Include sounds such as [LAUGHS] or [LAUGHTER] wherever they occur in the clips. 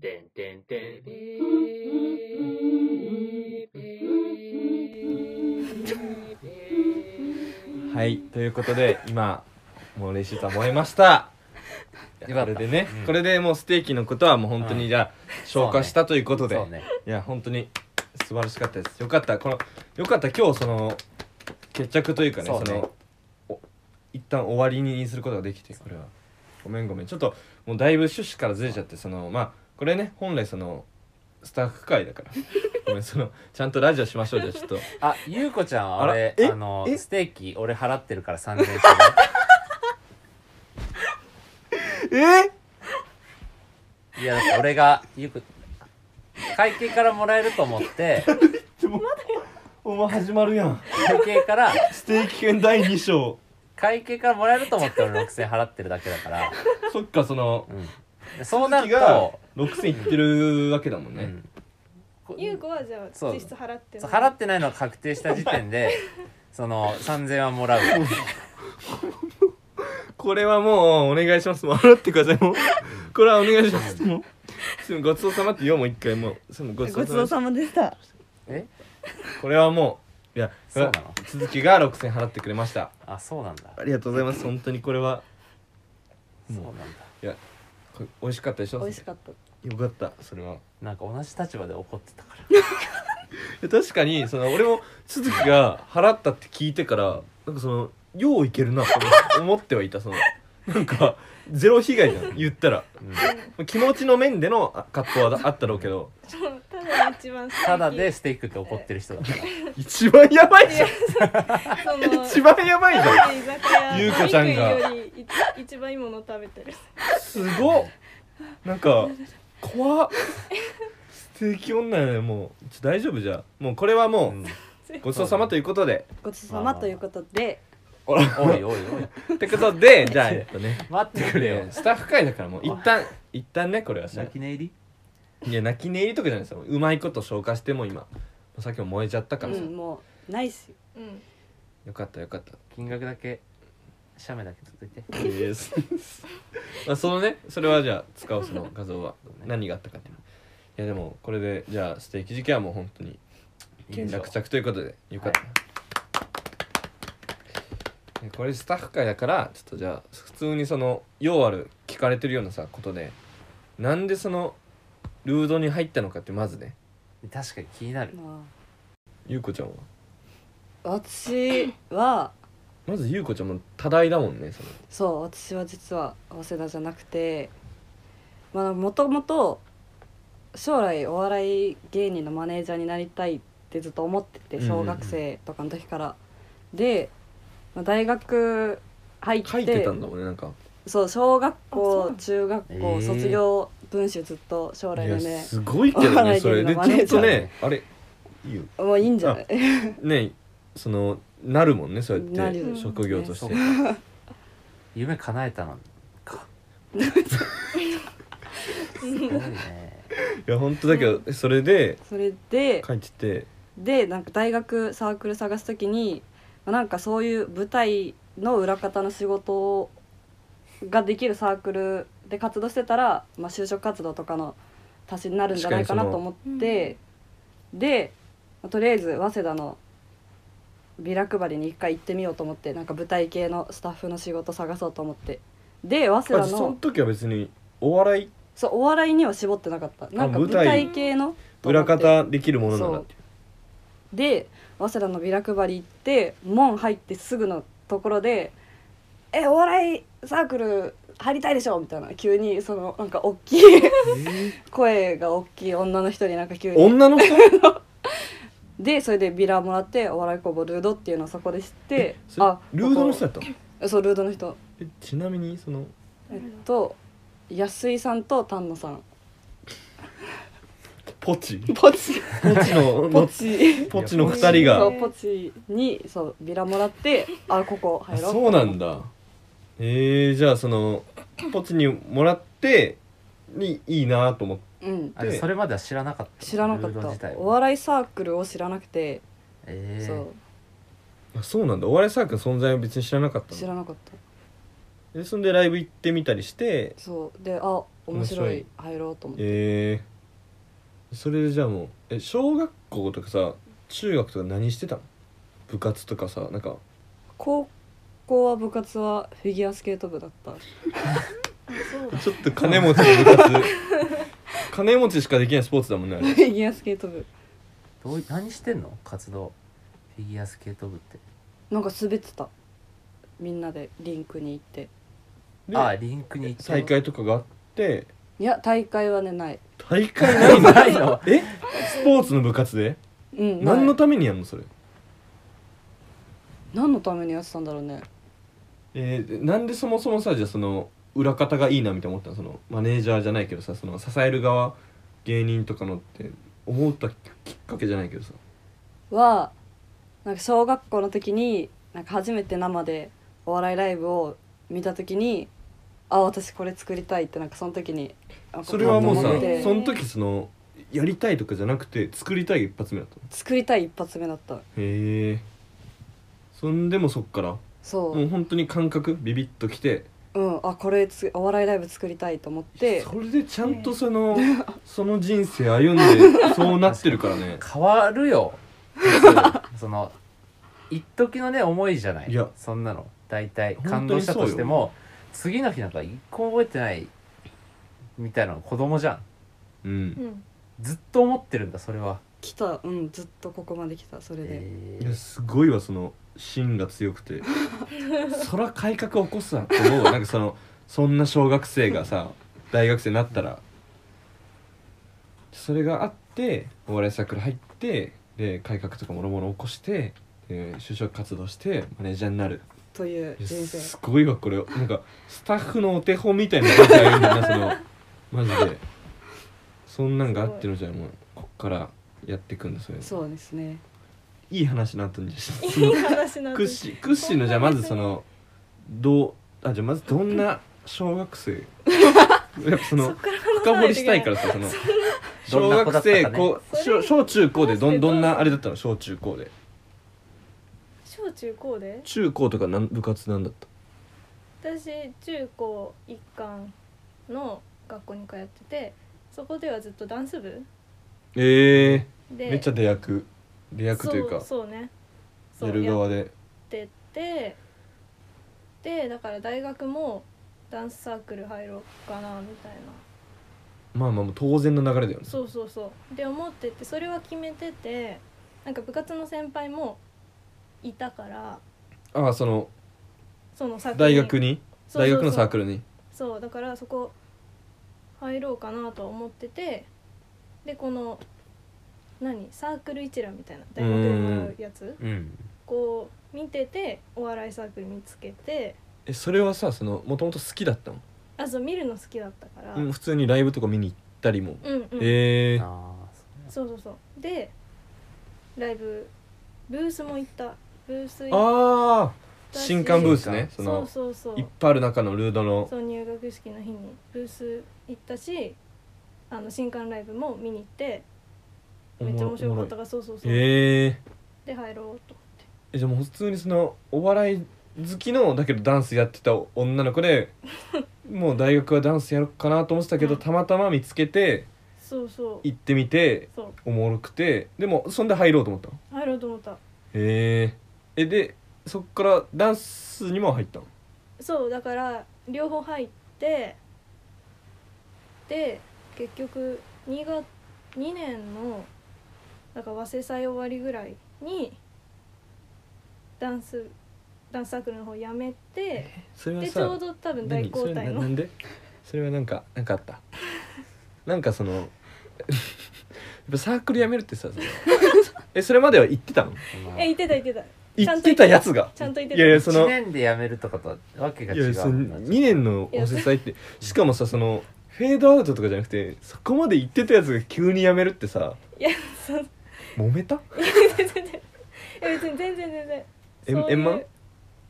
てんてんてんはい、ということで、今、もう練習とは燃えました。いよやかこったれでね、うんこれでもうステーキのことはもう本当うんにじゃあ、消化したということで、そうねいや、本当に素晴らしかったです。よかった、この、よかった、今日その、決着というかね、そそうねの、お一旦終わりにすることができて、これは。ごめんごめん、ちょっと、もうだいぶ趣旨からずれちゃって、その、まあ、これね、本来その、スタッフ会 [LAUGHS] だから。ごめん、その、ちゃんとラジオしましょう、じゃあちょっと。あゆうこちゃんはあれあらえあのえステーキ俺払ってるから3000円ちょう [LAUGHS] えだいやだって俺がゆうこ会計からもらえると思ってお前始まるやん。会計からステーキ券第2章。会計からもらえると思って俺6000円払ってるだけだから、そっか、その、うん、そうなるがと、 6000いってるわけだもんうね。ん、こゆうこはじゃあそう実質払ってない払ってないのが確定した時点でその3000円はもら [LAUGHS] うこれはもう、お願いします。もう払ってください。もう。これはお願いします。もう。すみませんごちそうさまって言おう、もう一回。もう、すみませんごごちちそそううささまでしたえま。これはもう、いや、そうなの続きが6000払ってくれました。あそうなんだありがとうございます。本当にこれは、そうなんだこれ美味しかったでしょ美味しかったよかった、それは。いなんか同じ立場で怒ってたからや確かに、その、俺も、鈴木が払ったって聞いてから、なんかその、よういけるな、と思ってはいた、その。なんか、ゼロ被害じゃん、言ったら。うん気持ちの面での葛藤はあったろうけどそうただの一番好きただでステーキ食って怒ってる人だから一番やばいじゃんその一番やばいじゃん居酒屋ゆうこちゃんがお肉よりい一番いいものを食べてるすごっなんか怖っステーキ女やねもうちょ大丈夫じゃあもうこれはもうんうごちそうさまということでごちそうさまということでおいおいおいおいってことでじゃあえっとね待ってくれよスタッフ会だからもう一旦一旦ねこれはさ泣き寝入りいや泣き寝入りとかじゃないですようまいこと消化してもう今もうさっきも燃えちゃったうからさ、んもうないしうんよかったよかった金額だけ写メだけ取っといてです [LAUGHS] まあそのねそれはじゃあ使おうその画像は何があったかっていうのいやでもこれでじゃあステーキ事件はもう本当に落着ということでよかった、えこれスタッフ会だからちょっとじゃあ普通にその要ある聞かれてるようなさことでなんでそのルードに入ったのかってまずね確かに気になるまゆうこちゃんはあ私 [COUGHS] はまずゆうこちゃんも多大だもんねそのそう私は実は早稲田じゃなくてまあもともと将来お笑い芸人のマネージャーになりたいってずっと思っててうんうんうん小学生とかの時から、で、まあ、大学入って書いてたんだもんねなんかそう小学あそうな校の中学え校ー卒業文集ずっと将来のいやね、すごいけどねそれでちお笑ょっとい芸人のマネージャーねあれいいよもういいんじゃないねそのなるもんねそうやっなてる職業としそうて、か夢叶えたのかすごいねいや本当だけど、それでそれで書いててでなんか大学サークル探す時にまあなんかそういう舞台の裏方の仕事ができるサークルで活動してたら、まあ、就職活動とかの足しになるんじゃないかなと思って、で、まあとりあえず早稲田のビラ配りに一回行ってみようと思ってなんか舞台系のスタッフの仕事探そうと思ってで早稲あ田そのの時は別にお笑いそうお笑いには絞ってなかったなんか舞舞台台系のと思裏って方できるものなんだっていうで早稲田のビラ配り行って門入ってすぐのところで「えお笑いサークル入りたいでしょ」みたいな急にそのなんか大きい [LAUGHS] 声が大きい女の人になんか急に女の人でそれでビラもらってお笑い工房ルードっていうのをそこで知ってそれルードの人やこったのこそうルードの人えちなみにそのえっと安井さんと丹野さんポチポチポチのポのチポチの二人がそうポチにそうビラもらってあここあ入ろうそうなんだえー、じゃあそのポチにもらってにいいなと思ってうんあれそれまでは知らなかった知らなかっルード自た体おを笑いサークルを知らなくて、えそーうあそうなんだお笑いサークルの存在は別に知らなかった知のらなかったでそんでライブ行ってみたりしてそうであ面白い面入ろうと思ってえー、それでじゃあもうえ小学校とかさ中学とか何してたの部活とかさなんか高校は部活はフィギュアスケート部だったそうだちょっと金持ちの部 [LAUGHS] 活金持ちしかできないスポーツだもんねあフれィギュアスケート部どうい何してんの活動フィギュアスケート部ってなんか滑ってたみんなでリンクに行ってでああリンクに行って大会とかがあっていや大会はねない大会ない [LAUGHS] のないのえスポーツの部活でうんない何のためにやんのそれ何のためにやってたんだろうねえー、なんでそもそもさじゃあその裏方がいいなみたいな思ったのそのマネージャーじゃないけどさその支える側芸人とかのって思ったきっかけじゃないけどさはなんか小学校の時になんか初めて生でお笑いライブを見た時にあ私これ作りたいってなんかその時にあそれはもうさ思ってその時そのやりたいとかじゃなくて作りたいが一発目だったの作りたい一発目だったへえそんでもそっからそう、もう本当に感覚ビビッときてうん、あこれつお笑いライブ作りたいと思ってそれでちゃんとそ [LAUGHS] のその人生歩んでそうなってるから [LAUGHS] ね変わるよその一時のね思いじゃないいやそんなの大体本当に感動したとしてそうも次の日なんか一個も覚えてないみたいなの子供じゃんうんうんずっと思ってるんだそれは、来たうんずっとここまで来たそれで、えいやーすごいわその芯が強く [LAUGHS] てそら改革起こすなって思うわなんかそのそんな小学生がさ大学生になったらそれがあってお笑いサークル入ってで改革とかもろもろ起こしてで就職活動してマネージャーになるといういや人生すごいわこれなんかスタッフのお手本みたいなことやるんだなそ [LAUGHS] のマジでそんなんがあってのじゃあもうこっからやっていくんだそういうのそうですねいい話の後にじゃあそいいの話なんクッですシークッシーのじゃあまずそのどうあじゃあまずどんな小 [LAUGHS] 学生やっぱその深掘りしたいからさその小どんな子だ学ったかね生こうそ小れ小中高でどんどどうしてんなあれだったの小中高で小中高で中高とかなん部活なんだった私中高一貫の学校に通っててそこではずっとダンス部ええでめっちゃ出役出役というかそうそうねそうやる側でやっててでだから大学もダンスサークル入ろうかなみたいなまあまあもう当然の流れだよねそうそうそうで思っててそれは決めててなんか部活の先輩もいたからああそのそのサークル大学にそう大そうそう学のサークルにそうだからそこ入ろうかなと思っててでこの何サークル一覧みたいな大学でもらうやつうんこう見ててお笑いサークル見つけてえそれはさそのもともと好きだったのあそう見るの好きだったから、うん普通にライブとか見に行ったりもうんうんええああそうそうそうでライブブースも行ったブース行っああたし新刊ブースねそそのうそうそういっぱいある中のルードのそう入学式の日にブース行ったしあの新刊ライブも見に行ってめっちゃ面白かったかからそうそうそう、ええで入ろうとえじゃあもう普通にそのお笑い好きのだけどダンスやってた女の子 [LAUGHS] でもう大学はダンスやろうかなと思ってたけどうんたまたま見つけてそうそう行ってみてそおうもろくてでもそんで入ろうと思ったの入ろうと思ったへええでそっからダンスにも入ったのそうだから両方入ってで結局 2, が2年のだから早稲祭終わりぐらいにダンスダンスサークルの方やめてそれはでさちょうど多分大何そ交れな代なのんでそれはなんかなんかあった [LAUGHS] なんかそのやっぱサークルやめるってさそのえそれまでは行ってたのえ言ってた言ってたちゃ行っんとてたやつがちゃんと言っていたやいやそそのの1い年で辞めるとかとはわけが違うやそんだの2年のおせさいってしかもさそのフェードアウトとかじゃなくてそこまで行ってたやつが急にやめるってさいやそのい揉めたや別に全然全然えそういう円満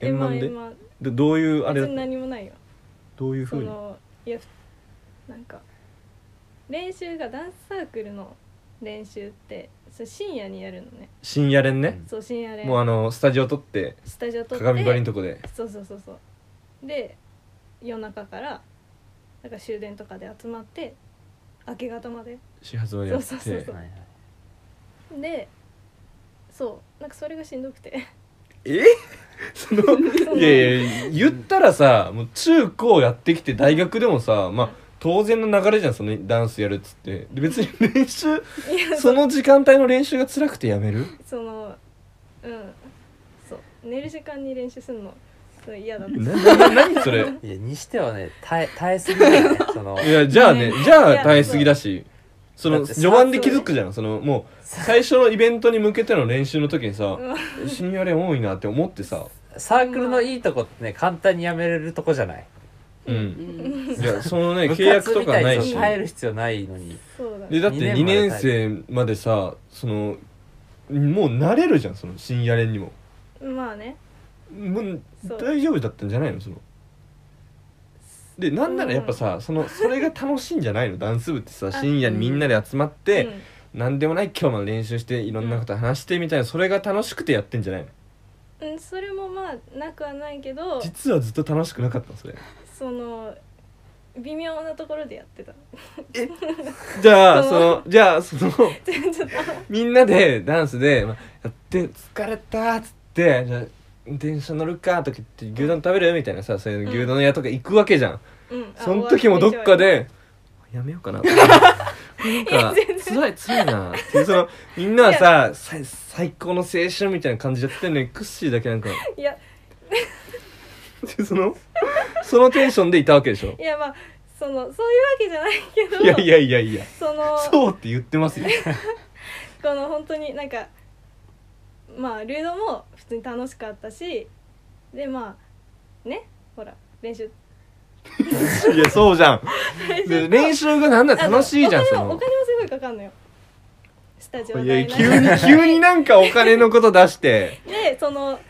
円満で円満でどういうあれだ別っにた何もないよどういうそふうにのいやなんか練習がダンスサークルの練習ってそう深夜にやるのね深夜練ね、そう深夜練もうあのスタジオ撮ってスタジオ撮って鏡張りのとこでそうそうそうそうで夜中からなんか終電とかで集まって明け方まで始発までやってそうそうそうそうはいはいでそうなんかそれがし [LAUGHS] んどくてえ [LAUGHS] そのいやいや言ったらさもう中高やってきて大学でもさまあ当然の流れじゃんそのダンスやるっつってで別に [LAUGHS] 練習いやその時間帯の練習が辛くてやめるそのうんそう寝る時間に練習するのそう嫌だったななな何そいれやにしてはね耐え耐えすぎだ [LAUGHS] よねそのいやじゃあねじゃいあや耐えすぎだしそだのってさ序盤で気づくじゃんそのもう最初のイベントに向けての練習の時にさ「シニアレ多いな」って思って [LAUGHS] さサークルのいいとこってね簡単にやめれるとこじゃないうんんいやその [LAUGHS] ね部契活約とみたかないいにし耐える必要ないのにそうだでねだって2二年年まで生までさそのもう慣れるじゃんその深夜練にもまあねもうそう大丈夫だったんじゃないのそのでなんならやっぱさ、そのそれが楽しいんじゃないのダンス部ってさ深夜にみんなで集まって、うんなんでもない今日も練習していろんなこと話してみたいなそれが楽しくてやってんじゃないのうん、それもまあなくはないけど実はずっと楽しくなかったのそれその微妙なところでやってた [LAUGHS] じゃあそうそのじゃあそのちょっとみんなでダンスで、まあ、やって疲れたっつってじゃあ電車乗るかとか言って牛丼食べるみたいなさそういう牛丼屋とか行くわけじゃん、うんあその時もどっかでやめよう [LAUGHS] かななんか辛い辛いなっていうそのみんなはささ最高の青春みたいな感じでやってんのにクッシーだけなんかいやでそのそのテンションでいたわけでしょいやまあそのそういうわけじゃないけどいやいやいやいやそのそうって言ってますよこの本当になんかまあルードも普通に楽しかったしでまあねほら練習いやそうじゃん練で習練習がなんだら楽しいじゃんあそのお金もおの金もすごいかかんのよスタジオい代やな急に急になんかお金のこと出してでその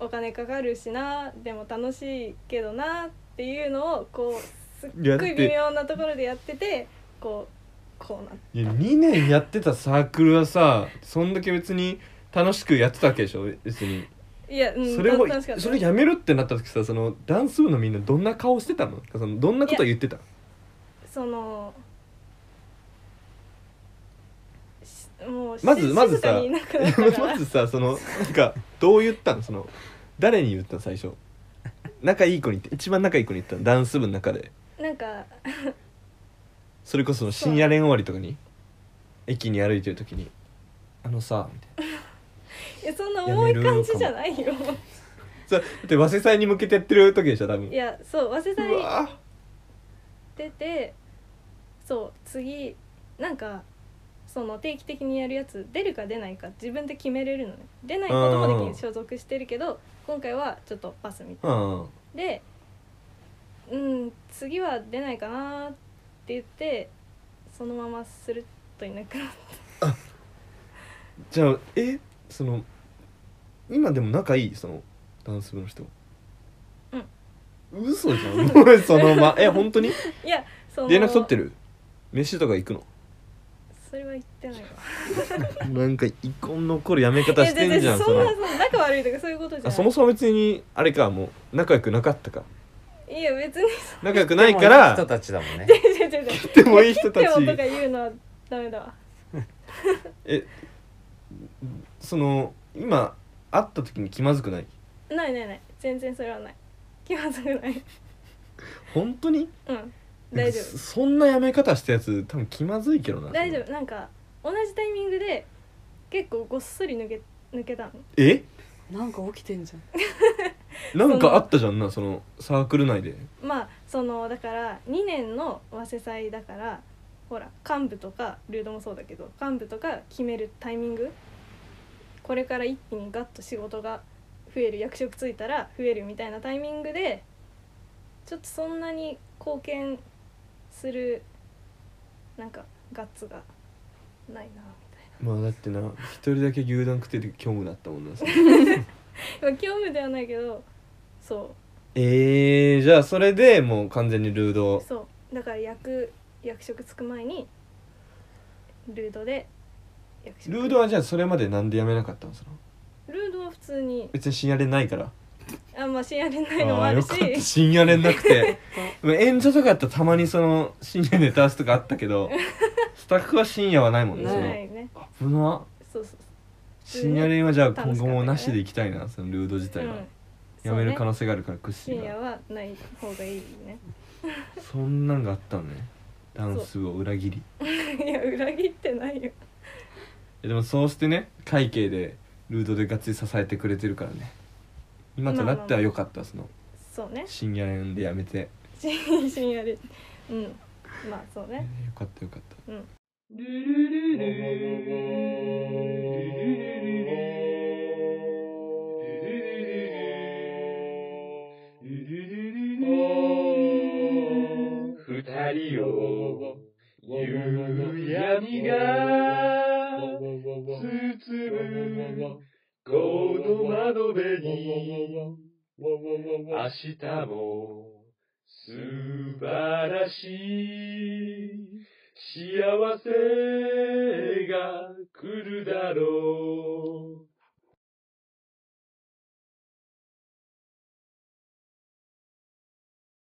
お金かかるしなでも楽しいけどなっていうのをこうすっやっごてい微妙なところでやっててこうこうなっ [LAUGHS] いや2年やってたサークルはさそんだけ別に楽しくやってたわけでしょ別にいやうんそれを楽しかったそれやめるってなった時さそのダンス部のみんなどんな顔してたのそのどんなこと言ってたそのしもうしまずまず静かさにいなくいなやったから [LAUGHS] まずさそのなんかどう言ったのその誰に言ったの最初仲いい子にって一番仲いい子に言ったのダンス部の中でなんかそれこそその深夜練終わりとかに駅に歩いてる時に「あのさ」みたいないやそんな重い感じじゃないよそうだって早稲さんに向けてやってる時でしょ多分いやそう早稲田うにわ出てそう次なんかその定期的にやるやつ出るか出ないか自分で決めれるのね出ないこともできうんる所属してるけど今回はちょっとパスみたいうんでうん次は出ないかなって言ってそのままするっといなくなっじゃあえその今でも仲いいそのダンス部の人うん嘘じゃん [LAUGHS] もうそのまえ本当にたい [LAUGHS] やその連絡取ってる飯とか [LAUGHS] 行くのそれは言っ [LAUGHS] てないわなんか遺恨の頃やめ方してんじゃんいや全然そそんなのそんな仲悪いとかそういうことじゃなあいそもそも別にあれかもう仲良くなかったかいや別に [LAUGHS] そ仲良くないからでも人たちだもんねう違う違う違うで [LAUGHS] もいい人た手ちをとか言うのはダメだわえその今会った時に気まずくないないないない全然それはない気まずくない本当にうん大丈そそんなやめ方したやつ多分気まずいけどな夫大丈夫なんか同じタイミングで結構ごっそり抜け抜けたのえなんか起きてんじゃんなんかあったじゃんなそのサークル内でまあそのだから2年の早稲祭だからほら幹部とかルードもそうだけど幹部とか決めるタイミングこれから一気にガッと仕事が増える役職ついたら増えるみたいなタイミングでちょっとそんなに貢献するなんかガッツがない [LAUGHS] なみまあだってな一人だけ牛丼食ってる虚無だったもんな [LAUGHS] たいなまあ興味ではないけどそえー、じゃあそれでもう完全にルーうドそうだから役役職つく前にルードで役職ルードはじゃあそれまでなんでやめなかったのそのルードは普通に別に深夜練ないからあまあ深夜練ないのもあああるよし [LAUGHS] かった深夜練なくてそもう援助とかやったらたまにその深夜ネタ合わせとかあったけ [LAUGHS] どスタッフは深夜はないもんねないないねその危なそうそう深夜練はじゃあ楽今しかった後ねもなしでいきたいなそのルード自そう、体は、うんやめる可そ能性うねがあるからクッシ深ー夜がはない方がいいねそんなんがあったのねダンスを裏切り [LAUGHS] いや裏切ってないよえでもそうしてね会計でルードでガッチリ支えてくれてるからね今となっては良かったそのそうね深夜練でやめて深深夜でうんまあそうえーねよかったよかったうん二人を夕闇が包むこの窓辺に明日も素晴らしい幸せが来るだろう